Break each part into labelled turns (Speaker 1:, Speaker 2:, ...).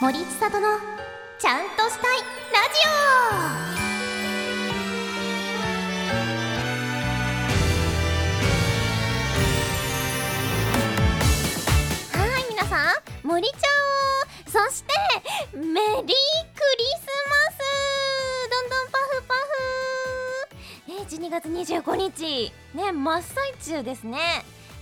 Speaker 1: 森千里のちゃんとしたいラジオはい皆さん森ちゃんをそしてメリークリスマスどんどんパフパフえー12月25日ね真っ最中ですね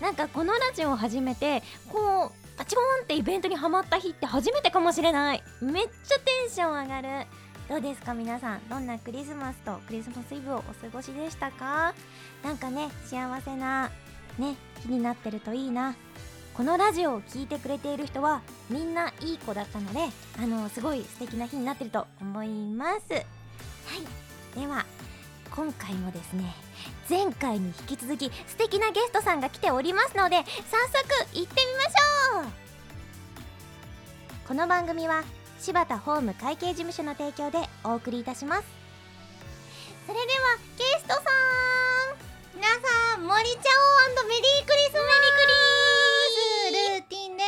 Speaker 1: なんかこのラジオを始めてこうパチボーンってイベントにハマった日って初めてかもしれないめっちゃテンション上がるどうですか皆さんどんなクリスマスとクリスマスイブをお過ごしでしたかなんかね幸せなね日になってるといいなこのラジオを聞いてくれている人はみんないい子だったのであのすごい素敵な日になってると思いますはいでは今回もですね前回に引き続き素敵なゲストさんが来ておりますので早速行ってみましょうこの番組は柴田ホーム会計事務所の提供でお送りいたしますそれではゲストさん皆さん森ちゃおメリークリスマス
Speaker 2: ルーティンで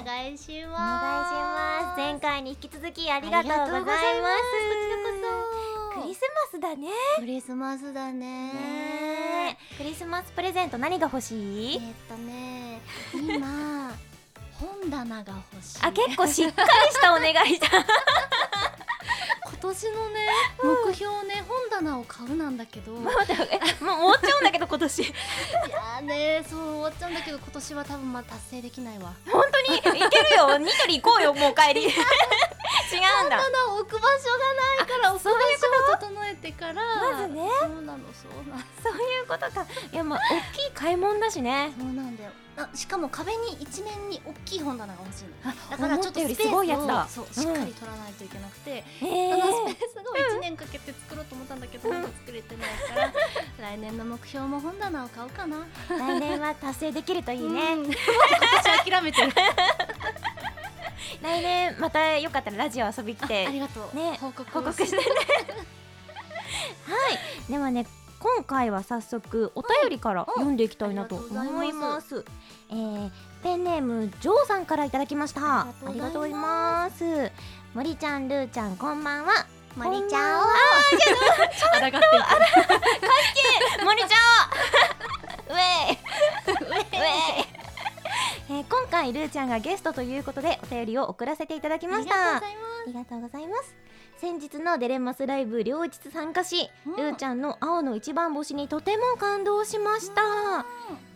Speaker 1: ル
Speaker 2: す。お願いし
Speaker 1: お願いしま
Speaker 2: ますす。
Speaker 1: 前回に引き続きあ
Speaker 2: あ
Speaker 1: りがとうございます
Speaker 2: こちらこそ
Speaker 1: クリスマスだね
Speaker 2: クリスマスだね。
Speaker 1: ねえクリスマスプレゼント何が欲し
Speaker 2: え
Speaker 1: い
Speaker 2: ーっとね、今本棚が欲しい。
Speaker 1: あ結構しっかりしたお願いだ
Speaker 2: 今年のね目標ね本棚を買うなんだけど、い
Speaker 1: 待ってえ もう終わっちゃうんだけど今 年
Speaker 2: やーねそう終わっちゃうんだけど今年は多分まあ達成できないわ。
Speaker 1: 本当にいけるよニトリ行こうよもう帰り 違うんだ
Speaker 2: 棚を置く場所が ないから置く場所を整えてから。
Speaker 1: まずね
Speaker 2: そうなのそうなの。
Speaker 1: そういうことかいやまあ大きい買い物だしね
Speaker 2: そうなんだよあしかも壁に一面に大きい本棚が欲しいの
Speaker 1: あ
Speaker 2: だからちょっと
Speaker 1: 思たよ
Speaker 2: ス
Speaker 1: り
Speaker 2: ペー
Speaker 1: す
Speaker 2: スを
Speaker 1: ごいやつだ
Speaker 2: そう
Speaker 1: うん
Speaker 2: しっかり取らないといけなくて、
Speaker 1: え
Speaker 2: あ
Speaker 1: え
Speaker 2: のスペースを1年かけて作ろうと思ったんだけど、
Speaker 1: うん
Speaker 2: まだ作れてないから 来年の目標も本棚を買おうかな
Speaker 1: 来年は達成できるといいね、
Speaker 2: うん今年諦めてる
Speaker 1: 来年またよかったらラジオ遊び来て
Speaker 2: ありがとう、
Speaker 1: ね
Speaker 2: 報告
Speaker 1: 報
Speaker 2: を
Speaker 1: 告してねはいではね今回は早速お便りから読んでいきたいなと
Speaker 2: あり
Speaker 1: 思
Speaker 2: がとうございます
Speaker 1: います,、えーペンネームジョーさんからいただきましたあ
Speaker 2: あ
Speaker 1: り
Speaker 2: り
Speaker 1: が
Speaker 2: が
Speaker 1: と
Speaker 2: と
Speaker 1: う
Speaker 2: う
Speaker 1: ご
Speaker 2: ご
Speaker 1: ざ
Speaker 2: ざ
Speaker 1: いま
Speaker 2: い
Speaker 1: す森ちゃんルーちゃんこんばんは
Speaker 2: マリ
Speaker 1: こん
Speaker 2: ち
Speaker 1: ばん
Speaker 2: ゃん
Speaker 1: は
Speaker 2: は あらがってい た
Speaker 1: 森ちゃん ウェイ ウェイ、えー今回ルーちゃんがゲストということでお便りを送らせていただきま
Speaker 2: あ
Speaker 1: し
Speaker 2: りがとう
Speaker 1: た
Speaker 2: ございます
Speaker 1: ありがとうございます先日のデレマスライブ両日参加し、
Speaker 2: うん
Speaker 1: ルーちゃんの青の一番星にとても感動しました、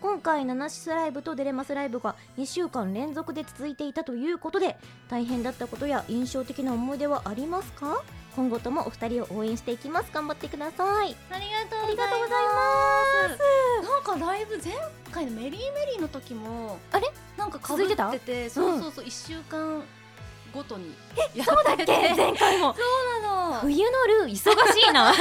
Speaker 1: 今回ナナシスライブとデレマスライブが2週間連続で続いていたということで大変だったことや印象的な思い出はありますか今後ともお二人を応援していきます頑張ってください
Speaker 2: ありがとう
Speaker 1: ありがとうございます
Speaker 2: なんかライブ前回のメリーメリーの時も
Speaker 1: あれ
Speaker 2: なんかかぶって
Speaker 1: 続
Speaker 2: て
Speaker 1: い
Speaker 2: そうそうそう一週間ごとにえ
Speaker 1: そうだっけ前回も
Speaker 2: そうなのなん
Speaker 1: 冬のルー忙しいな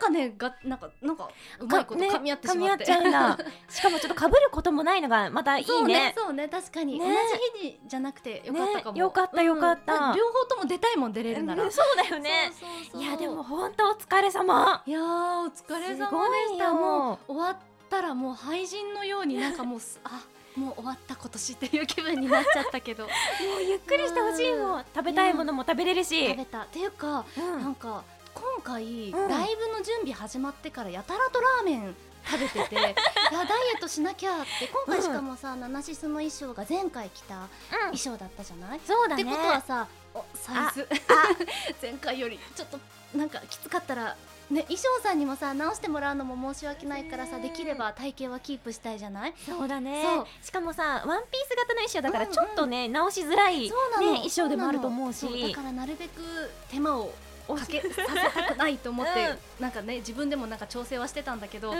Speaker 2: かねがなんかなんかうまいこと噛み合ってし
Speaker 1: ね噛
Speaker 2: まって、
Speaker 1: み合っちゃ うんだしかもちょっと被ることもないのがまたいい
Speaker 2: そう
Speaker 1: ね
Speaker 2: ねそうね確かに、
Speaker 1: ね
Speaker 2: 同じ日にじゃなくてよかったかも、
Speaker 1: ねよかったよかった
Speaker 2: うん両方とも出たいもん出れるなら、
Speaker 1: うんそうだよね
Speaker 2: そうそうそう
Speaker 1: いやでも本当お疲れ様
Speaker 2: いやーお疲れ様でし
Speaker 1: すごい
Speaker 2: た
Speaker 1: よ
Speaker 2: もう終わったらもう廃人のようになんかも うすあもう終わった今年っていう気分になっちゃった けど
Speaker 1: もうゆっくりしてほしいもん食べたいものも食べれるし、
Speaker 2: 食べたっていうか
Speaker 1: うん
Speaker 2: なんか今回、
Speaker 1: うん
Speaker 2: ライブの準備始まってからやたらとラーメン食べてていやダイエットしなきゃって
Speaker 1: うん
Speaker 2: 今回しかもさ、ナナシスの衣装が前回着た
Speaker 1: うん
Speaker 2: 衣装だったじゃない、
Speaker 1: そうだ
Speaker 2: っ
Speaker 1: ね
Speaker 2: てことはさおサイズ 前回よりちょっとなんかきつかったら、ね、衣装さんにもさ直してもらうのも申し訳ないからさ
Speaker 1: ね
Speaker 2: できれば体型はキープしたいじゃない
Speaker 1: そうだね
Speaker 2: そう
Speaker 1: しかもさワンピース型の衣装だから
Speaker 2: うんうん
Speaker 1: ちょっとね、直しづらい、ね、
Speaker 2: そうなの、
Speaker 1: 衣装でもあると思うし
Speaker 2: そなのそだからなるべく手間をかけさせたくないと思って、なんかね自分でもなんか調整はしてたんだけど、
Speaker 1: う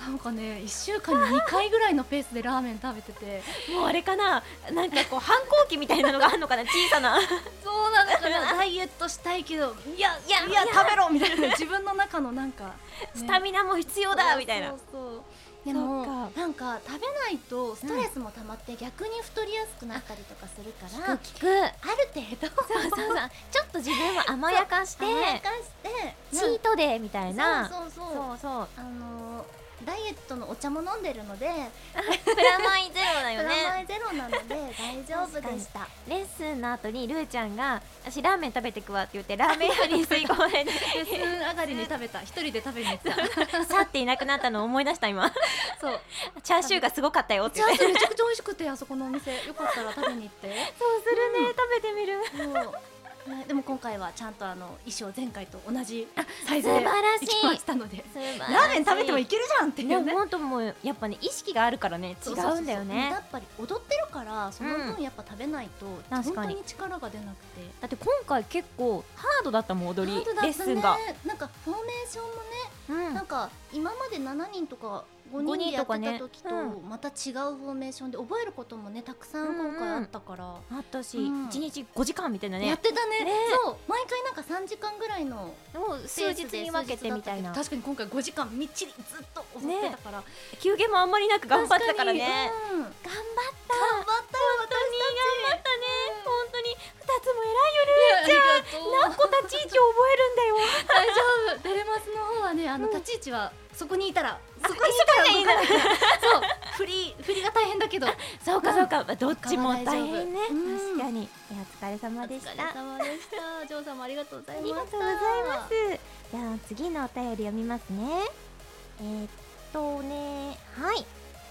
Speaker 2: なんかね1週間に2回ぐらいのペースでラーメン食べて て
Speaker 1: んもうあれかななんかこう反抗期みたいなのがあるのかな小さな
Speaker 2: そうなのかなダイエットしたいけどいやいやい
Speaker 1: い
Speaker 2: や
Speaker 1: や
Speaker 2: 食べろみたいな 自分の中のなんか、
Speaker 1: スタミナも必要だみたいな
Speaker 2: そうそうそうでも
Speaker 1: そっ
Speaker 2: なんか食べないとストレスも溜まって逆に太りやすくなったりとかするから、
Speaker 1: 聞く聞く
Speaker 2: ある程 度
Speaker 1: そうそうそうちょっと自分を甘やかして
Speaker 2: 甘やかして
Speaker 1: チートデーみたいな
Speaker 2: そうそうそう
Speaker 1: そうそう
Speaker 2: あのーダイエットのお茶も飲んでるので、
Speaker 1: プラマイゼロだ
Speaker 2: プ
Speaker 1: よ
Speaker 2: ラマ
Speaker 1: ね
Speaker 2: イゼロなので大丈夫そうでした
Speaker 1: レッスンの後にルーちゃんが私ラーメン食べてくわって言ってラーメン屋に吸い込まれ て
Speaker 2: レッスン上がりに食べた一人で食べに行った
Speaker 1: さっていなくなったのを思い出した今
Speaker 2: そう
Speaker 1: チャーシューがすごかったよって
Speaker 2: チャ
Speaker 1: 言っ
Speaker 2: ー
Speaker 1: て
Speaker 2: シューめちゃくちゃ美味しくてあそこのお店よかったら食べに行って
Speaker 1: そうするね、食べてみる
Speaker 2: そう、 ね、でも今回はちゃんとあの衣装前回と同じサイズ
Speaker 1: 素
Speaker 2: で
Speaker 1: 晴らしい
Speaker 2: 行きましたので
Speaker 1: 素晴らしい
Speaker 2: ラーメン食べてもいけるじゃんってい
Speaker 1: で
Speaker 2: う
Speaker 1: も
Speaker 2: ね
Speaker 1: 本当もうやっぱね意識があるからね違うんだよね
Speaker 2: やっぱり踊ってるからその分やっぱ食べないと、
Speaker 1: 確かに
Speaker 2: 本当に力が出なくて
Speaker 1: だって今回結構ハードだったもん踊り、
Speaker 2: ハードだった
Speaker 1: レ
Speaker 2: ね
Speaker 1: ッスンが、
Speaker 2: なんかフォーメーションもね、
Speaker 1: うん
Speaker 2: なんか今まで7人とか5人でやってた時
Speaker 1: 五人と
Speaker 2: と
Speaker 1: かねう
Speaker 2: また違うフォーメーションで覚えることもねたくさん今回あったから、
Speaker 1: あったし、
Speaker 2: うん
Speaker 1: 1日5時間みたいな
Speaker 2: や
Speaker 1: ね
Speaker 2: ってたね
Speaker 1: ね
Speaker 2: そう毎回なんか3時間ぐらいの
Speaker 1: もう数日に分けてみたいな
Speaker 2: 確かに今回5時間みっちりずっと踊ってたから、
Speaker 1: 休憩もあんまりなく頑張ったからね
Speaker 2: 確かにうん頑張っ
Speaker 1: 頑張った
Speaker 2: たよ
Speaker 1: 頑張ったね、本当に2つも
Speaker 2: 私たちありがと
Speaker 1: 偉い
Speaker 2: う
Speaker 1: よルーちゃん何個立ち位置覚え
Speaker 2: 大丈夫テレマスの方はねあの
Speaker 1: うん
Speaker 2: 立ち位置はそこにいたらそこに
Speaker 1: るん
Speaker 2: い
Speaker 1: だよ
Speaker 2: たらそう振り振りが大変だけど
Speaker 1: そうかそうか、どっちも大変ね
Speaker 2: 我慢大丈夫うん
Speaker 1: 確かにいやお疲れ様でした
Speaker 2: お疲れ様でしたジョーさんもありがとうござ
Speaker 1: あ
Speaker 2: いま
Speaker 1: り
Speaker 2: し
Speaker 1: が
Speaker 2: た
Speaker 1: とうございます。じゃあ次のお便り読みますね。えーっとね、はい。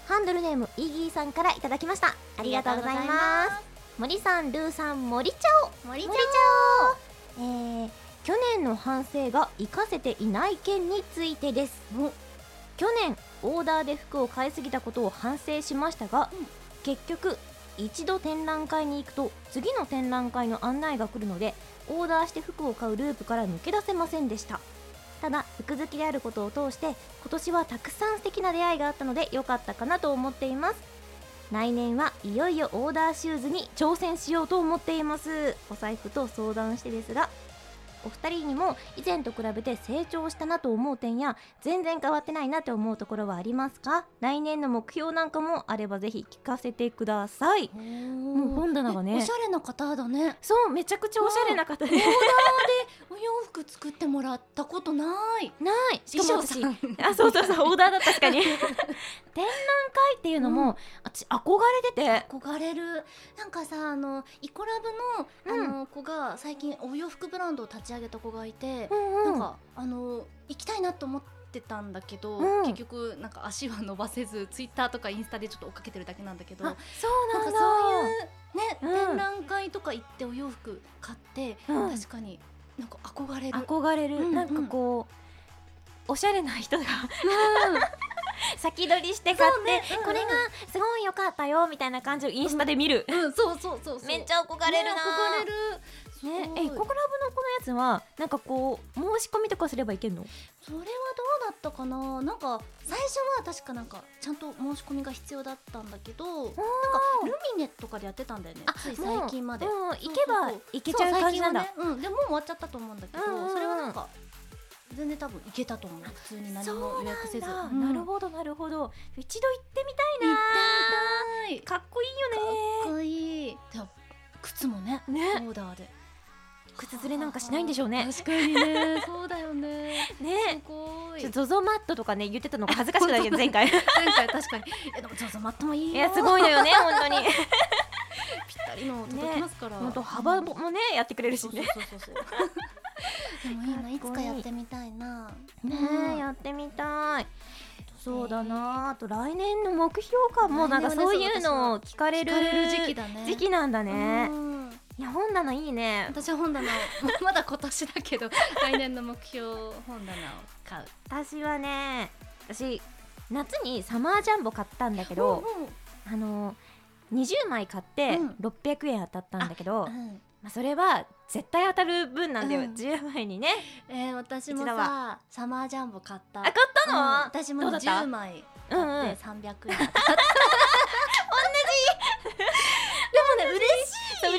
Speaker 1: ハンドルネームイギーさんからいただきました。ありがとうございます。森さん、ルーさん、森ちゃお。
Speaker 2: 森ちゃん
Speaker 1: 森えー、去年の反省が活かせていない件についてです。去年オーダーで服を買いすぎたことを反省しましたが、
Speaker 2: うん
Speaker 1: 結局一度展覧会に行くと次の展覧会の案内が来るのでオーダーして服を買うループから抜け出せませんでしたただ服好きであることを通して今年はたくさん素敵な出会いがあったので良かったかなと思っています来年はいよいよオーダーシューズに挑戦しようと思っていますお財布と相談してですがお二人にも以前と比べて成長したなと思う点や全然変わってないなと思うところはありますか来年の目標なんかもあればぜひ聞かせてください
Speaker 2: も
Speaker 1: もう本棚がね
Speaker 2: おしゃれな方だね
Speaker 1: そうめちゃくちゃおしゃれな方で
Speaker 2: お洋服作ってもらったことない
Speaker 1: ないしかも私
Speaker 2: 衣装さん
Speaker 1: あそうそうそうオーダーだった確か に展覧会っていうのも、
Speaker 2: う
Speaker 1: 私憧れてて
Speaker 2: 憧れるなんかさあのイコラブのあの子が最近お洋服ブランドを立ち上げた子がいて、
Speaker 1: うん
Speaker 2: なんかあの行きたいなと思ってたんだけど、
Speaker 1: うん
Speaker 2: 結局なんか足は伸ばせずツイッターとかインスタでちょっと追っかけてるだけなんだけど
Speaker 1: あ
Speaker 2: なん
Speaker 1: そうな
Speaker 2: か
Speaker 1: んだ
Speaker 2: そういうね、
Speaker 1: うん
Speaker 2: 展覧会とか行ってお洋服買って、
Speaker 1: うん
Speaker 2: 確かになんか憧れる。
Speaker 1: 憧れる、
Speaker 2: うんうん
Speaker 1: なんかこうおしゃれな人が 先取りして買っ
Speaker 2: そう
Speaker 1: て、
Speaker 2: ねうんうん
Speaker 1: これがすごい良かったよみたいな感じをインスタで見る、
Speaker 2: うん、そうそうそうそ う。
Speaker 1: めっちゃ憧れる
Speaker 2: ね
Speaker 1: な、
Speaker 2: 憧れる。
Speaker 1: ね
Speaker 2: すご
Speaker 1: え
Speaker 2: い
Speaker 1: イコクラブのこのやつはなんかこう申し込みとかすればいけんの
Speaker 2: それはどうだったかななんか最初は確かなんかちゃんと申し込みが必要だったんだけどなんかルミネとかでやってたんだよねつい最近まで
Speaker 1: もううん行けば
Speaker 2: そうそうそう
Speaker 1: 行けちゃう感じなんだ
Speaker 2: そう最近はねうんでもう終わっちゃったと思うんだけど、
Speaker 1: うんうんうん
Speaker 2: それはなんか全然多分行けたと思う普通に何も予約せず
Speaker 1: そうなんだ、
Speaker 2: うん
Speaker 1: なるほどなるほど一度行ってみたいな
Speaker 2: 行ってみたいか
Speaker 1: かっこいいよ
Speaker 2: っ
Speaker 1: ね
Speaker 2: こいいでも靴もね
Speaker 1: ね
Speaker 2: オーダーで
Speaker 1: 靴ずれなんかしないんでしょうね
Speaker 2: 確かにねそうだよねす
Speaker 1: ね
Speaker 2: ごい
Speaker 1: ちょゾゾマットとかね言ってたのが恥ずかしくないけど前回
Speaker 2: 前回確かにえでもゾゾマットもいいよ
Speaker 1: いやすごいのよね本当に
Speaker 2: ぴったりの届きますから、
Speaker 1: 本当幅もねやってくれるし
Speaker 2: そうそう
Speaker 1: ね
Speaker 2: そう そうでもいい
Speaker 1: かっこ
Speaker 2: ない
Speaker 1: いい
Speaker 2: いつかやってみたいな
Speaker 1: ね
Speaker 2: うん
Speaker 1: やってみたいそうだなあと来年の目標かもうなんかそういうのを聞かれ
Speaker 2: 聞
Speaker 1: る
Speaker 2: かれる時期だね
Speaker 1: 時期なんだね
Speaker 2: うん
Speaker 1: いや本棚いいね
Speaker 2: 私は本棚を まだ今年だ けど来年の目標本棚を買う
Speaker 1: 私はね私夏にサマージャンボ買ったんだけどあの20枚買って
Speaker 2: うん
Speaker 1: 600円当たったんだけど、
Speaker 2: う
Speaker 1: ま
Speaker 2: ん
Speaker 1: あ、それは絶対当たる分なんだよ、
Speaker 2: うん
Speaker 1: 10枚にね
Speaker 2: えー、私も
Speaker 1: こちら
Speaker 2: さサマージャンボ買った
Speaker 1: あ買っ
Speaker 2: う
Speaker 1: たの、
Speaker 2: ん私も
Speaker 1: どうだった
Speaker 2: 10枚
Speaker 1: うんうん
Speaker 2: 買って300円 同じでもね嬉しい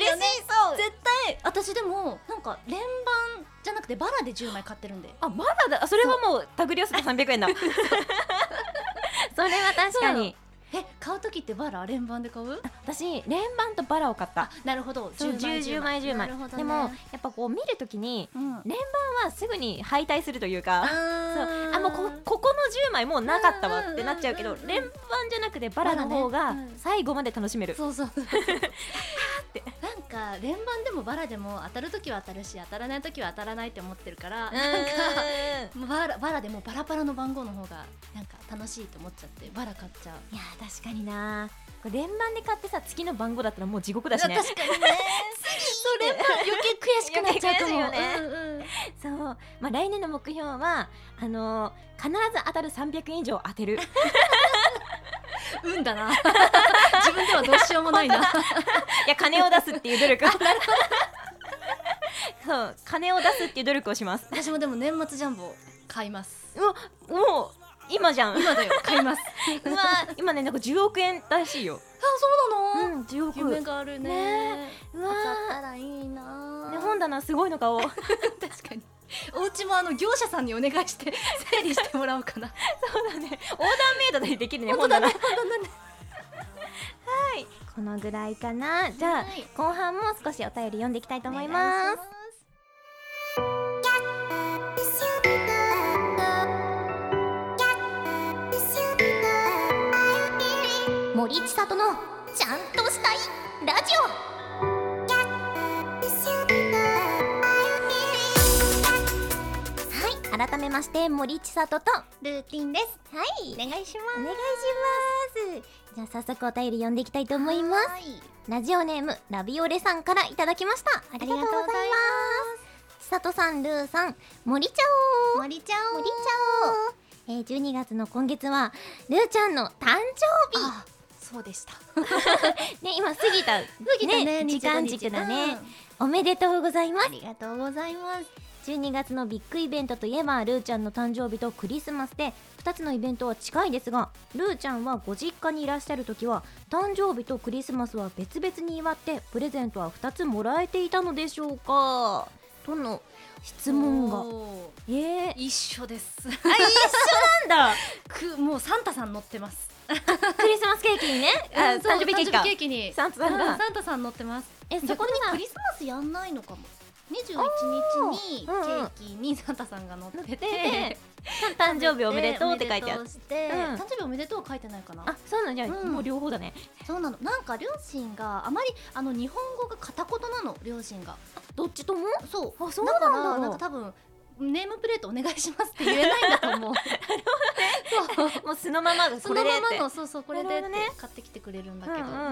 Speaker 2: よね
Speaker 1: そ
Speaker 2: 絶対私でもなんか連番じゃなくてバラで10枚買ってるんで
Speaker 1: あまだだあそれはもう手繰り寄せて300円だ それは確かに
Speaker 2: え買う時ってバラ連番で買う
Speaker 1: 私連番とバラを買った
Speaker 2: なるほど
Speaker 1: そう10枚10枚
Speaker 2: なるほどね
Speaker 1: でもやっぱこう見るときに
Speaker 2: うん
Speaker 1: 連番はすぐに敗退するというかそう
Speaker 2: ー
Speaker 1: あもうこここの10枚もうなかった
Speaker 2: うんうん
Speaker 1: わ
Speaker 2: うん
Speaker 1: ってなっちゃうけど
Speaker 2: うん
Speaker 1: 連番じゃなくてバラの方
Speaker 2: バ
Speaker 1: が
Speaker 2: ラねうん
Speaker 1: 最後まで楽しめる、
Speaker 2: そうそう
Speaker 1: って
Speaker 2: なんか連番でもバラでも当たる時は当たるし当たらない時は当たらないって思ってるからなんかもうバラバラでもバラバラの番号の方がなんか楽しいと思っちゃってバラ買っちゃう
Speaker 1: いやー確かになこれ連番で買ってさ月の番号だったらもう地獄だしね確かにね
Speaker 2: それは余計悔しくなっちゃう
Speaker 1: 余計悔
Speaker 2: かも
Speaker 1: しいよね
Speaker 2: うんうん
Speaker 1: そうまあ来年の目標はあのー必ず当たる300円以上当 てる
Speaker 2: 運だな自分ではどうしようもないな
Speaker 1: いや金を出すっていう努力そう金を出すっていう努力をします
Speaker 2: 私もでも年末ジャンボ買います
Speaker 1: もう今じゃんうわ
Speaker 2: 今だよ買います
Speaker 1: 今ねなんか10億円らしいよ
Speaker 2: あそうなの、
Speaker 1: ん10億
Speaker 2: 夢があるね
Speaker 1: ねうわ
Speaker 2: 当たっ
Speaker 1: ー
Speaker 2: たらいいな
Speaker 1: ね、本棚すごいの顔そう
Speaker 2: 確かにお家もあの業者さんにお願いして 整理してもらおうかな
Speaker 1: だねオーダーメイドでできるね
Speaker 2: 本当
Speaker 1: 本
Speaker 2: だ
Speaker 1: 棚
Speaker 2: ね本当だね
Speaker 1: このぐらいかなじゃあ
Speaker 2: はい
Speaker 1: 後半も少しお便り読んでいきたいと思います
Speaker 3: 森千里のちゃんとしたいラジオはい改めまして森千里とルーティンですはいお願いしますお願いします
Speaker 1: じゃあ早速お便り読んでいきたいと思いますラジオネームラビオレさんからいただきましたありがとうございます千里さんルーさん森ちゃおー
Speaker 3: 森ちゃん
Speaker 1: 森ちゃおーえー、12月の今月はルーちゃんの誕生
Speaker 2: あそうでした
Speaker 1: 日ね今過ぎた過
Speaker 2: 過ぎたね
Speaker 1: 時間
Speaker 2: 25
Speaker 1: 軸だね、おめでとうございます
Speaker 3: りがとうございます
Speaker 1: 12月のビッグイベントといえばルーちゃんの誕生日とクリスマスで2つのイベントは近いですがルーちゃんはご実家にいらっしゃる時は誕生日とクリスマスは別々に祝ってプレゼントは2つもらえていたのでしょうかとの質問が
Speaker 2: おー
Speaker 1: えー、
Speaker 2: 一緒です
Speaker 1: なんだ
Speaker 2: くもうサンタさん乗ってます
Speaker 1: クリスマスケーキ にねあ
Speaker 2: うんそう
Speaker 1: 誕生日ケーキ
Speaker 2: 誕
Speaker 1: か
Speaker 2: 生日ケーキに
Speaker 1: サンタさんが
Speaker 2: うサンタさん乗ってます
Speaker 1: えそこで
Speaker 2: 逆
Speaker 1: さ
Speaker 2: にクリスマスやんないのかも21日にケ
Speaker 1: あーうんうん
Speaker 2: ーキにサンタさんが乗ってて
Speaker 1: て誕生日おめでとうって書いてある
Speaker 2: おめでとうして
Speaker 1: うん
Speaker 2: 誕生日おめでとう書いてないかな
Speaker 1: あそうなんじゃない、
Speaker 2: うん
Speaker 1: もう両方だね
Speaker 2: そうなのなんか両親があまりあの日本語が片言なの両親が
Speaker 1: どっちとも
Speaker 2: そう
Speaker 1: あそうなんだ
Speaker 2: からなんか多分ネームプレートお願いしますって言えないんだと 思うそう
Speaker 1: もう素のままが
Speaker 2: そ
Speaker 1: これ
Speaker 2: の
Speaker 1: でっ
Speaker 2: まま
Speaker 1: て
Speaker 2: のそうそうこれでって
Speaker 1: なるほどね
Speaker 2: 買ってきてくれるんだけど
Speaker 1: うんうん
Speaker 2: うんう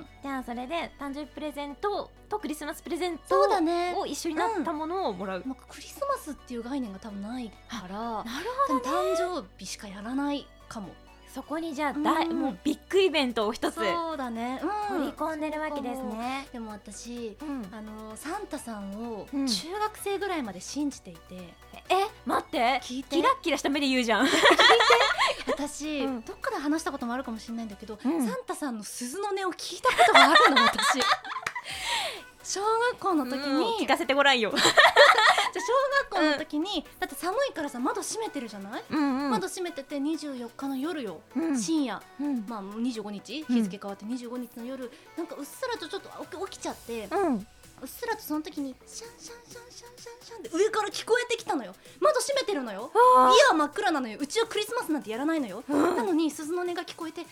Speaker 2: ん
Speaker 1: じゃあそれで誕生日プレゼントとクリスマスプレゼント
Speaker 2: そうだね
Speaker 1: を一緒になったものをもらう、
Speaker 2: なんかクリスマスっていう概念が多分ないから
Speaker 1: なる
Speaker 2: 多分誕生日しかやらないかも
Speaker 1: そこにじゃあだい、
Speaker 2: うん
Speaker 1: もうビッグイベントを一つ取
Speaker 2: そうだねうん
Speaker 1: り込んでるわけですね、
Speaker 2: でも私
Speaker 1: うん
Speaker 2: あのサンタさんを
Speaker 1: うん
Speaker 2: 中学生ぐらいまで信じていて、
Speaker 1: え待って
Speaker 2: 聞いて
Speaker 1: キラッキラした目で言うじゃん
Speaker 2: 私、
Speaker 1: うん
Speaker 2: どっかで話したこともあるかもしれないんだけど、
Speaker 1: うん
Speaker 2: サンタさんの鈴の音を聞いたことがあるの 私小学校の時に、
Speaker 1: うん聞
Speaker 2: じゃ
Speaker 1: かせてごらんよ
Speaker 2: あ小学校の時に、だって寒いからさ窓閉めてるじゃない、
Speaker 1: うんうん
Speaker 2: 窓閉めてて24日の夜よ、
Speaker 1: うん
Speaker 2: 深夜
Speaker 1: うん
Speaker 2: まあ25日
Speaker 1: うん
Speaker 2: 日付変わって25日の夜、なんかうっすらとちょっと起き起きちゃって、う
Speaker 1: うん
Speaker 2: っすらとその時にシャンシャンシャンシャンシャンシャンって上から聞こえてきたのよ窓閉めてるのよ
Speaker 1: あ
Speaker 2: 家は真っ暗なのようちはクリスマスなんてやらないのよ、
Speaker 1: うん
Speaker 2: なのに鈴の音が聞こえてあ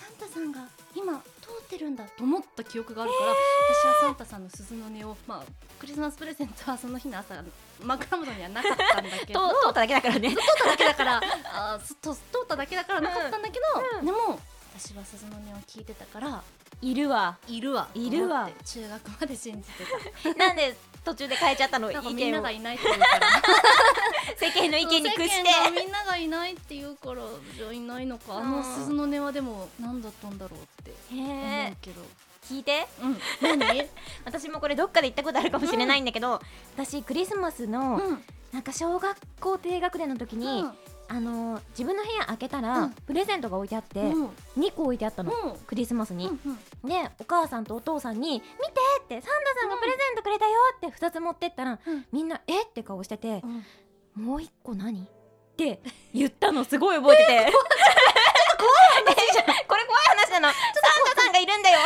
Speaker 2: サンタさんが今通ってるんだと思った記憶があるから、私はサンタさんの鈴の音を、まあ、クリスマスプレゼントはその日の朝枕元にはなかったんだけ
Speaker 1: ー
Speaker 2: ど
Speaker 1: と通っただけだからね
Speaker 2: 通っただけだから あーすと通っただけだからなかったんだけど、
Speaker 1: うんうん
Speaker 2: でも私は鈴の音を聞いてたから
Speaker 1: いるわ
Speaker 2: いるわ
Speaker 1: いるわ
Speaker 2: と思って中学まで信じて
Speaker 1: なんで途中で変えちゃったの
Speaker 2: た
Speaker 1: 意
Speaker 2: なんかみん
Speaker 1: 見
Speaker 2: な
Speaker 1: を
Speaker 2: がいないって言うから
Speaker 1: 世間 の意見に屈して
Speaker 2: 世間のみんながいないって言うからじゃあいないのかあ
Speaker 1: う
Speaker 2: の
Speaker 1: ん
Speaker 2: 鈴の音はでも何だったんだろうって
Speaker 1: へ
Speaker 2: 思
Speaker 1: え
Speaker 2: うけど、
Speaker 1: 聞いて
Speaker 2: うん何
Speaker 1: 私もこれどっかで行ったことあるかもしれないんだけど、私クリスマスの、
Speaker 2: うん
Speaker 1: なんか小学校低学年の時に、
Speaker 2: うん
Speaker 1: あのー自分の部屋開けたら、
Speaker 2: うん
Speaker 1: プレゼントが置いてあって、
Speaker 2: うん
Speaker 1: 2個置いてあったの、
Speaker 2: うん
Speaker 1: クリスマスに、
Speaker 2: うんうん
Speaker 1: でお母さんとお父さんに「見て!」って「サンタさんがプレゼントくれたよ!」って2つ持ってったら、
Speaker 2: うん
Speaker 1: みんな「えっ?」て顔してて
Speaker 2: うん
Speaker 1: 「もう1個何?」って 言ったのすごい覚えてて、ちょっと怖い話じゃんこれ怖い話なのサンタさんがいるんだよ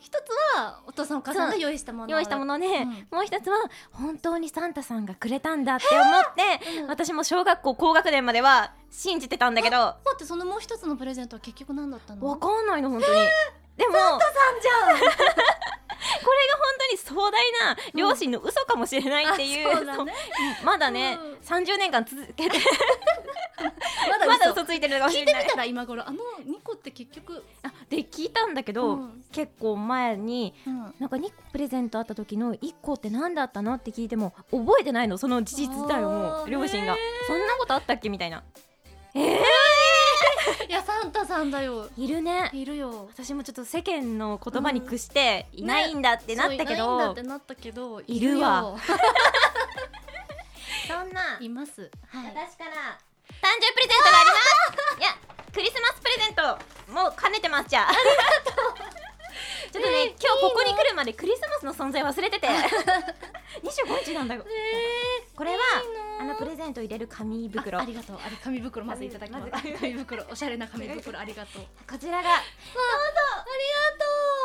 Speaker 2: 一つはお父さんお母さんが用意したもの
Speaker 1: 用意したも
Speaker 2: の
Speaker 1: ので、
Speaker 2: ん
Speaker 1: もう一つは本当にサンタさんがくれたんだって思って、
Speaker 2: うん
Speaker 1: 私も小学校高学年までは信じてたんだけど
Speaker 2: 待ってそのもう一つのプレゼントは結局何だったの
Speaker 1: わかんないの本当にでも
Speaker 2: サンタさんじゃん
Speaker 1: り壮大な両親の嘘かもしれないって いう,、
Speaker 2: あそうだね
Speaker 1: そうまだね、
Speaker 2: うん
Speaker 1: 30年間続けて
Speaker 2: まだ
Speaker 1: まだ
Speaker 2: 嘘
Speaker 1: 嘘ついてるかもし
Speaker 2: 聞
Speaker 1: れ
Speaker 2: いて
Speaker 1: な
Speaker 2: み
Speaker 1: い
Speaker 2: たら今頃あの2個って結局、
Speaker 1: あで聞いたんだけど、
Speaker 2: うん
Speaker 1: 結構前に
Speaker 2: うん
Speaker 1: なんか2個プレゼントあった時の1個って何だったのって聞いても覚えてないのその事実自体をも
Speaker 2: あ
Speaker 1: う
Speaker 2: ー
Speaker 1: 両親
Speaker 2: へ
Speaker 1: が
Speaker 2: ー
Speaker 1: そんなことあったっけみたいない
Speaker 2: やサンタさんだよ
Speaker 1: いるね
Speaker 2: いるよ
Speaker 1: 私もちょっと世間の言葉に屈していないんだってなったけ
Speaker 2: そういないんだ
Speaker 1: ど、
Speaker 2: ってなったけど
Speaker 1: いるわ
Speaker 2: いるよ
Speaker 1: そんない
Speaker 2: ますはい
Speaker 1: 私から誕生日プレゼントがありますいやクリスマスプレゼントもう兼ねてますじゃああり がとうちょっとね、今日ここに来るまでクリスマスの存在忘れ てて25日なんだよこれはあのプレゼント入れる紙袋
Speaker 2: ああ
Speaker 1: こ
Speaker 2: りがとうあれ紙袋まずいただきます
Speaker 1: まず
Speaker 2: 紙袋おしゃれな 紙袋ありがとう
Speaker 1: ちらが
Speaker 2: ありが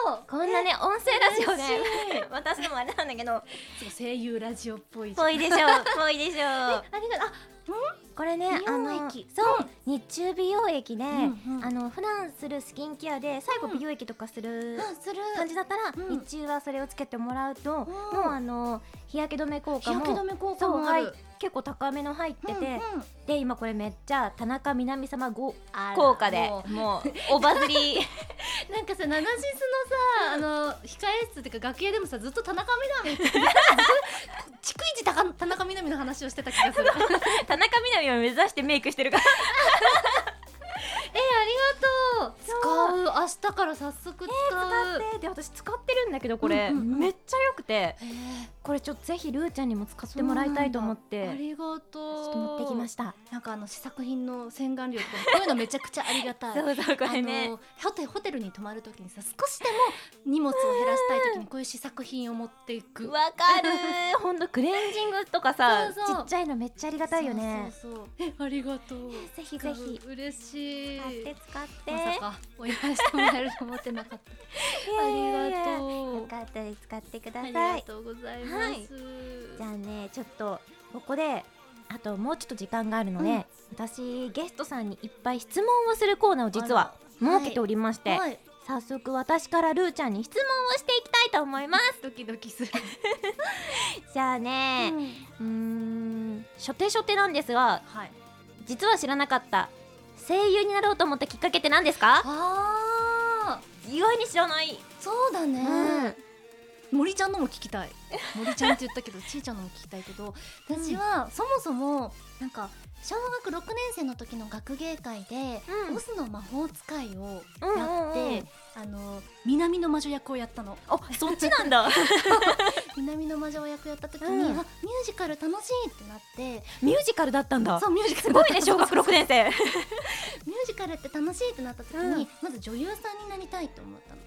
Speaker 2: とう
Speaker 1: こんなね音声ラジオ
Speaker 2: 嬉
Speaker 1: で私のもあれなんだけど
Speaker 2: そう声優ラジオっぽいじゃん
Speaker 1: ぽいでし ょぽいでしょ
Speaker 2: ありがとう
Speaker 1: これね
Speaker 2: 美
Speaker 1: あ
Speaker 2: 容
Speaker 1: の
Speaker 2: 液
Speaker 1: そう日中美容液で、
Speaker 2: んうん
Speaker 1: あの普段するスキンケアで最後美容液とかする
Speaker 2: あする
Speaker 1: 感じだったら、
Speaker 2: うん
Speaker 1: 日中はそれをつけてもらうと、もうあの日焼け止め効
Speaker 2: 日
Speaker 1: 果も
Speaker 2: 焼け止め効果
Speaker 1: そう
Speaker 2: もあ
Speaker 1: はい
Speaker 2: る
Speaker 1: 結構高めの入ってて、
Speaker 2: うんうん
Speaker 1: で今これめっちゃ田中みな実様ご
Speaker 2: あら
Speaker 1: 効果で
Speaker 2: もう
Speaker 1: もうおバズり
Speaker 2: なんかさナナシスのさあの控え室っていうか楽屋でもさずっと田中 みな実ずっと逐一田中田中みな実の話をしてた気 がするえありが
Speaker 1: 田中みな実を目指してメイクしてるから
Speaker 2: とう使う明日から早速使う、
Speaker 1: でで私使ってるんだけどこれ、
Speaker 2: うんうんうん
Speaker 1: めっちゃ良くて
Speaker 2: えー
Speaker 1: これちょっとぜひルーちゃんにも使ってもらいたいと思っ
Speaker 2: あ
Speaker 1: て
Speaker 2: り
Speaker 1: ち
Speaker 2: がとう
Speaker 1: ょっと持ってきました
Speaker 2: なんかあの試作品の洗顔 料とかこういうのめちゃくちゃありがたい
Speaker 1: そうそうこれね
Speaker 2: あのホテホテルに泊まるときにさ少しでも荷物を減らしたいときにこういう試作品を持っていく
Speaker 1: わかるーほんとクレンジングとかさ
Speaker 2: そうそう
Speaker 1: ちっちゃいのめっちゃありがたいよね
Speaker 2: そうそうそうえありがとう
Speaker 1: ぜひぜひ
Speaker 2: 嬉しい
Speaker 1: 買って使って、
Speaker 2: まさかお祝いしてもらえると思ってなかった
Speaker 1: いや
Speaker 2: あ
Speaker 1: い
Speaker 2: り
Speaker 1: やいや
Speaker 2: がと
Speaker 1: よ
Speaker 2: う
Speaker 1: かったら使ってくだ
Speaker 2: あ
Speaker 1: さ
Speaker 2: り
Speaker 1: い
Speaker 2: がとうござい
Speaker 1: はい
Speaker 2: ます、
Speaker 1: じゃあねちょっとここであともうちょっと時間があるので、
Speaker 2: うん
Speaker 1: 私ゲストさんにいっぱい質問をするコーナーを実は設けておりまして、
Speaker 2: はい
Speaker 1: 早速私からルーちゃんに質問をしていきたいと思います
Speaker 2: ドキドキする、
Speaker 1: じゃあねうーん初手初手なんですが
Speaker 2: はい
Speaker 1: 実は知らなかった声優になろうと思ったきっかけって何ですか
Speaker 2: ああ
Speaker 1: 意外に知らない、
Speaker 2: そうだね、
Speaker 1: うん
Speaker 2: 森ちゃんのも聞きたい森ちゃんって言ったけどちいちゃんのも聞きたいけど私はそもそもなんか小学6年生の時の学芸会で、
Speaker 1: うん
Speaker 2: オスの魔法使いを
Speaker 1: うん
Speaker 2: やっ
Speaker 1: うんう
Speaker 2: て
Speaker 1: ん、
Speaker 2: あの南の魔女役をやったの
Speaker 1: あそっちなん だ
Speaker 2: 南の魔女役やった時に、
Speaker 1: うん
Speaker 2: あミュージカル楽しいってなって
Speaker 1: ミュージカルだったんだ
Speaker 2: そうミュージカル
Speaker 1: すごいね小学6年 生
Speaker 2: ミュージカルって楽しいってなった時に、
Speaker 1: うん
Speaker 2: まず女優さんになりたいと思ったの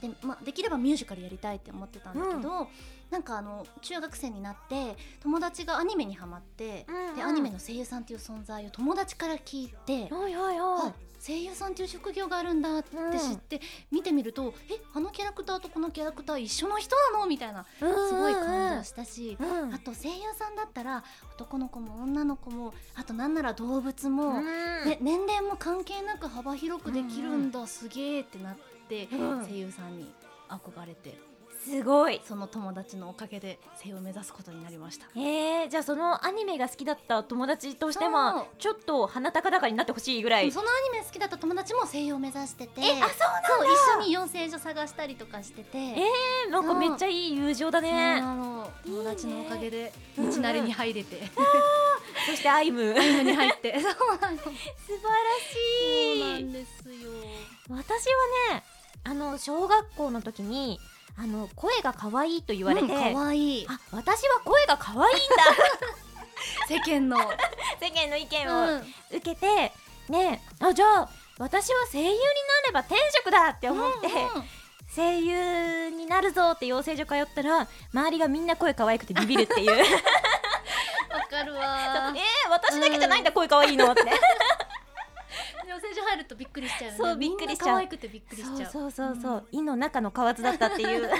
Speaker 2: で,、まあ、できればミュージカルやりたいって思ってたんだけど、なんかあの中学生になって友達がアニメにハマって、
Speaker 1: うんうん
Speaker 2: でアニメの声優さんっていう存在を友達から聞いて、
Speaker 1: おいおいおい
Speaker 2: あ声優さんっていう職業があるんだって知って、見てみるとえあのキャラクターとこのキャラクター一緒の人なのみたいなすごい感動したし、
Speaker 1: た、うん
Speaker 2: あと声優さんだったら男の子も女の子もあとなんなら動物も、
Speaker 1: うん
Speaker 2: ね、年齢も関係なく幅広くできるんだ、すげーってなって、
Speaker 1: うん
Speaker 2: 声優さんに憧れて
Speaker 1: すごい
Speaker 2: その友達のおかげで声優を目指すことになりました
Speaker 1: えー、じゃあそのアニメが好きだった友達として
Speaker 2: そ
Speaker 1: は
Speaker 2: う
Speaker 1: ちょっと鼻高々になってほしいぐら
Speaker 2: で
Speaker 1: い
Speaker 2: もそのアニメ好きだった友達も声優を目指してて
Speaker 1: えあそうなんだ
Speaker 2: そう一緒に養成所探したりとかしてて
Speaker 1: ええーなんかめっちゃいい友情だ
Speaker 2: そう
Speaker 1: ね
Speaker 2: なの友達のおかげで道なりに入れ て、
Speaker 1: そしてアイム素晴ら
Speaker 2: に入ってそうなのそうな
Speaker 1: しい
Speaker 2: んですよ
Speaker 1: 私はねあの小学校の時にあの声が可愛いと言われて、
Speaker 2: うん、かわいい
Speaker 1: あ私は声が可愛いんだ
Speaker 2: 世間の、
Speaker 1: 世間の意見を
Speaker 2: う
Speaker 1: 受けて、ねえあじゃあ私は声優になれば天職だって
Speaker 2: ん、
Speaker 1: 思って、声優になるぞって養成所通ったら周りがみんな声可愛くてビビる っていうえー、
Speaker 2: わかるわ
Speaker 1: 私だけじゃないんだ、声可愛いのって
Speaker 2: 養成所入るとびっくりしちゃうよね
Speaker 1: そうびっくりしちゃう
Speaker 2: みんな可愛くてびっくりし
Speaker 1: そう
Speaker 2: ちゃう
Speaker 1: そうそうそう「い」の中の蛙だったっていう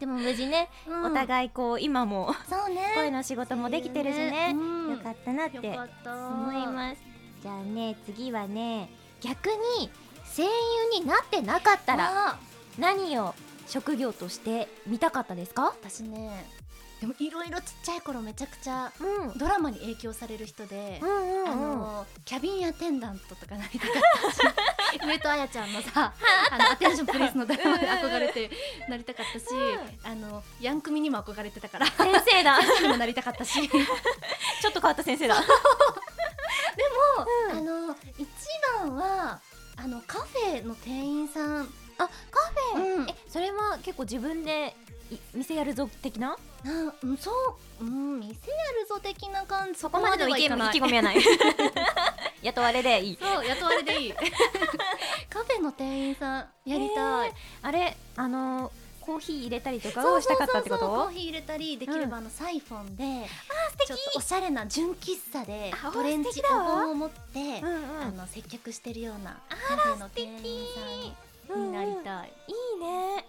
Speaker 1: でも無事ね、
Speaker 2: うん
Speaker 1: お互いこう今も
Speaker 2: そうね
Speaker 1: 声の仕事もできてるしね
Speaker 2: 声ねうん
Speaker 1: よかったなって
Speaker 2: よかった
Speaker 1: 思いますじゃあね次はね逆に声優になってなかったら
Speaker 2: あ
Speaker 1: 何を職業として見たかったですか
Speaker 2: 私ねでもいろいろちっちゃい頃めちゃくちゃ
Speaker 1: うん
Speaker 2: ドラマに影響される人で、
Speaker 1: うんうんうん
Speaker 2: あのキャビンアテンダントとかなりたかったし上戸彩ちゃんの さあのアテンションプリースのドラマで憧れてなりたかったし、あのヤンクミにも憧れてたから
Speaker 1: 先生 だ
Speaker 2: にもなりたかったしでも、
Speaker 1: ちょっと変わった先生だ
Speaker 2: あの一番はあのカフェの店員さん
Speaker 1: あカフェ、
Speaker 2: うん
Speaker 1: えそれは結構自分でい店やるぞ的な
Speaker 2: なうんそう、うん、店やるぞ的な感じそ
Speaker 1: ここまでの意
Speaker 2: はいか
Speaker 1: 見
Speaker 2: ない
Speaker 1: 意気込みはない 雇われでいい
Speaker 2: そう雇われでいい カフェの店員さんやりたい、
Speaker 1: あれあのコーヒー入れたりとか
Speaker 2: そ
Speaker 1: を
Speaker 2: う
Speaker 1: した
Speaker 2: そう
Speaker 1: かった
Speaker 2: そう
Speaker 1: って
Speaker 2: そ
Speaker 1: こ
Speaker 2: うコー
Speaker 1: と
Speaker 2: ヒー入れたりできればあのサイフォンで、ちょっとおしゃれな純喫茶で
Speaker 1: あ
Speaker 2: オレンジ
Speaker 1: 素敵だわ
Speaker 2: お盆を持って、
Speaker 1: うんうん
Speaker 2: あの接客してるようなカフェの店員さんになりたい、
Speaker 1: いいね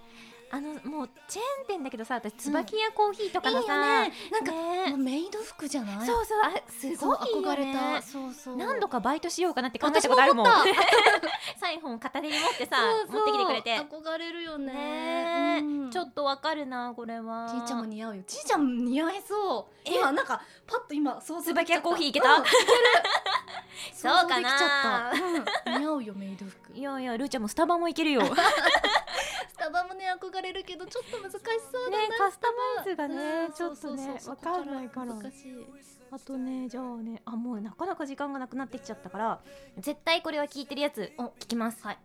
Speaker 1: あのもうチェーン店だけどさ私椿屋コーヒーとかのさ、
Speaker 2: いいよねなんか、
Speaker 1: ね
Speaker 2: もうメイド服じゃない
Speaker 1: そうそうあすごいよ、ね、
Speaker 2: 憧れたそうそう
Speaker 1: 何度
Speaker 2: か
Speaker 1: かバイトしようかなって考えたことあるもん
Speaker 2: 私も思っ
Speaker 1: サイフォン片手に持ってさ持ってきてくれて
Speaker 2: 憧れるよね
Speaker 1: ねえ、
Speaker 2: うん
Speaker 1: ちょっとわかるなこれは
Speaker 2: じいちゃんも似合うよじいちゃんも似合いそう今なんかパッと今想像できちゃった
Speaker 1: 椿屋コーヒーいけた
Speaker 2: うんいける
Speaker 1: そうかな
Speaker 2: 想像できちゃった、うん似合うよメイド服
Speaker 1: いやいやルーちゃんもスタバもいける よね
Speaker 2: スタバもね憧れるけどちょっと難しそうだ
Speaker 1: カスタマイズが
Speaker 2: な、
Speaker 1: ね
Speaker 2: うん
Speaker 1: ちょっとね
Speaker 2: そうそうそう
Speaker 1: わかんないから
Speaker 2: 難しい
Speaker 1: あとねじゃあねあもうなかなか時間がなくなってきちゃったから絶対これは聞いてるやつを聞きますはい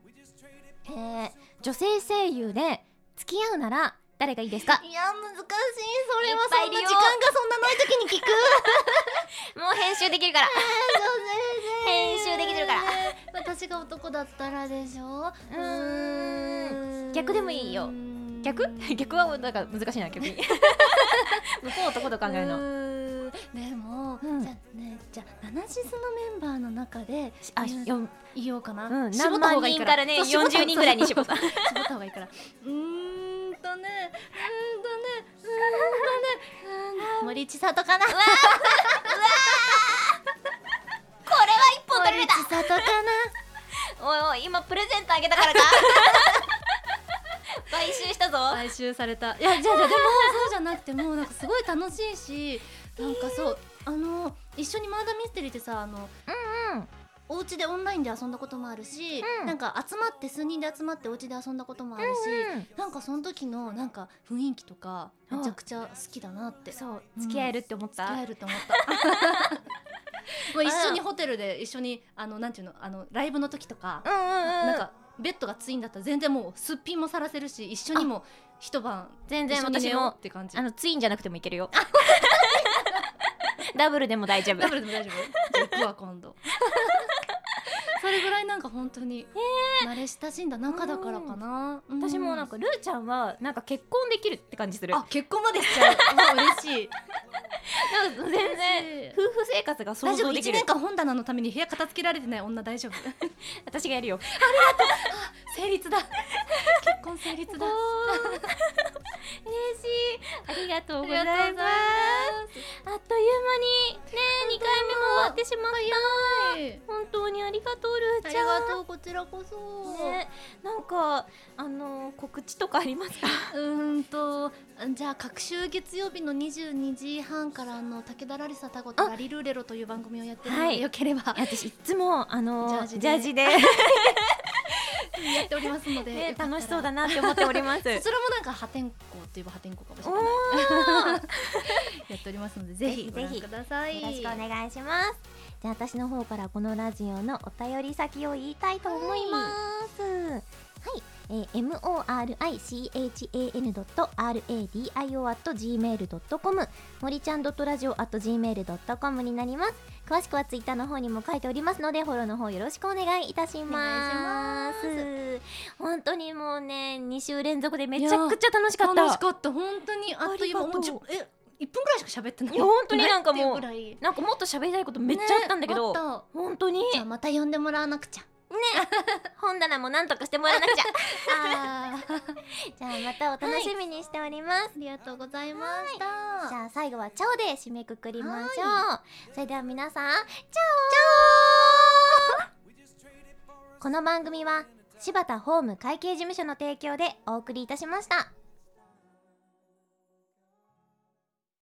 Speaker 1: えー、女性声優で付き合うなら誰がいいですか
Speaker 3: いや難しいそれ
Speaker 1: い
Speaker 3: は
Speaker 1: っぱ
Speaker 3: そ
Speaker 1: いい
Speaker 3: ん
Speaker 1: る
Speaker 3: な
Speaker 1: よ
Speaker 3: 時間がそんなない時に聞く
Speaker 1: もう編集できるから編集できてるから
Speaker 2: 私が男だったらでしょう
Speaker 1: うーん逆でもいいよ逆 逆はなんか難しいな 逆に向こう男と考えるの
Speaker 2: のでも、
Speaker 1: うん
Speaker 2: じゃあねじゃあナナシスのメンバーの中で
Speaker 1: あ
Speaker 2: うん
Speaker 1: よん
Speaker 2: 言おうかな、
Speaker 1: うん何
Speaker 2: 絞った方
Speaker 1: 万
Speaker 2: がいい
Speaker 1: 人からね40人ぐらいに絞
Speaker 2: 絞
Speaker 1: っ
Speaker 2: ったた絞った方がいいからうーんとねうーんとねうーんとねうーんとね森千里かな森
Speaker 1: これは一本取れた
Speaker 2: 千里かな
Speaker 1: おいおい今プレゼントあげたからか 買収したぞ
Speaker 2: 買収されたいやじゃあじゃあでもそうじゃなくてもうなんかすごい楽しいしなんかそう、あの一緒にマーダーミステリーってさあの
Speaker 1: うんうん
Speaker 2: お家でオンラインで遊んだこともあるし、
Speaker 1: うん
Speaker 2: なんか集まって数人で集まってお家で遊んだこともあるし、なんかその時のなんか雰囲気とかめちゃくちゃ好きだなって
Speaker 1: そう
Speaker 2: うん
Speaker 1: 付き合えるって思った、
Speaker 2: 付き合えると思った。 もう一緒にホテルで一緒にあのなんていうのあのライブの時とか、
Speaker 1: うんうんうん
Speaker 2: なんかベッドがツインだったら全然もうすっぴんもさらせるし一緒にも一晩
Speaker 1: 全
Speaker 2: 一
Speaker 1: 然
Speaker 2: 緒に寝
Speaker 1: 私
Speaker 2: よう
Speaker 1: も
Speaker 2: って感じ
Speaker 1: あ。のツインじゃなくてもいけるよ ダブルでも大丈夫
Speaker 2: ダブルでも大丈夫。 じゃあ行くわ今 度。それぐらいなんか本当に慣れ親しんだ仲だからかな。うん
Speaker 1: 私もなんかルーちゃんはなんか結婚できるって感じする
Speaker 2: あ結婚までしちゃう。うわ嬉しい。
Speaker 1: なんか全然
Speaker 2: 嬉しい
Speaker 1: 夫婦生活が想
Speaker 2: 大丈夫
Speaker 1: 像でき
Speaker 2: 一
Speaker 1: る
Speaker 2: 年間本棚のために部屋片付けられて ない女大丈夫。
Speaker 1: 私がやるよ
Speaker 2: 成立だ。結婚成立だ。
Speaker 1: 嬉しいありがとうございますあ
Speaker 2: ありがとうござい
Speaker 1: っという間にね二回目も終わってしまった本当にありがとうル
Speaker 2: あ
Speaker 1: ー
Speaker 2: り
Speaker 1: ちゃん
Speaker 2: がとうこちらこそ。
Speaker 1: ね、なんかあの告知とかありますか
Speaker 2: うーんとじゃあ各週月曜日の22時半からあの武田ラリサタゴとラリルーレロという番組をやってるの
Speaker 1: は
Speaker 2: で
Speaker 1: い
Speaker 2: よければや
Speaker 1: 私いつもあのジ
Speaker 2: ジ
Speaker 1: ャ
Speaker 2: ャ
Speaker 1: ー
Speaker 2: ー
Speaker 1: ジ
Speaker 2: ジで
Speaker 1: で
Speaker 2: っておりますので、
Speaker 1: ね
Speaker 2: よ、かったら
Speaker 1: 楽しそうだなって思っております
Speaker 2: それもなんか破天荒といえば破天荒かもしれ
Speaker 1: お
Speaker 2: ない
Speaker 1: ー
Speaker 2: やっておりますのでぜひ
Speaker 1: ぜ
Speaker 2: ご
Speaker 1: ひ
Speaker 2: 覧ください
Speaker 1: よろ しくお願いしますじゃあ私の方からこのラジオのお便り先を言いたいと思いますはい、えー morichan.radio.gmail.com 森ちゃん .radio.gmail.com になります詳しくはツイッターの方にも書いておりますのでフォローの方よろしくお願いいたします
Speaker 2: お
Speaker 1: 本当にもうね2週連続でめちゃくちゃ楽しかった
Speaker 2: 楽しかった本当にあっという間
Speaker 1: ありがと
Speaker 2: も
Speaker 1: う
Speaker 2: うじゅえ一分ぐらいしか喋ってない
Speaker 1: いや本当になんかもう
Speaker 2: ないっていうぐらい
Speaker 1: なんかもっと喋りたいことめっちゃあったんだけど、
Speaker 2: ねあっ
Speaker 1: 本当に
Speaker 2: たじゃあまた呼んでもらわなくちゃ
Speaker 1: 本棚もなんとかしてもらわなくちゃ
Speaker 2: あーあ
Speaker 1: じゃあまたお楽しみにしております、
Speaker 2: りがとうございました
Speaker 1: じゃあ最後はチャオで締めくくりましょうそれでは 皆さんチャオこの番組は
Speaker 3: 柴田ホーム会計事務所の提供でお送りいたしました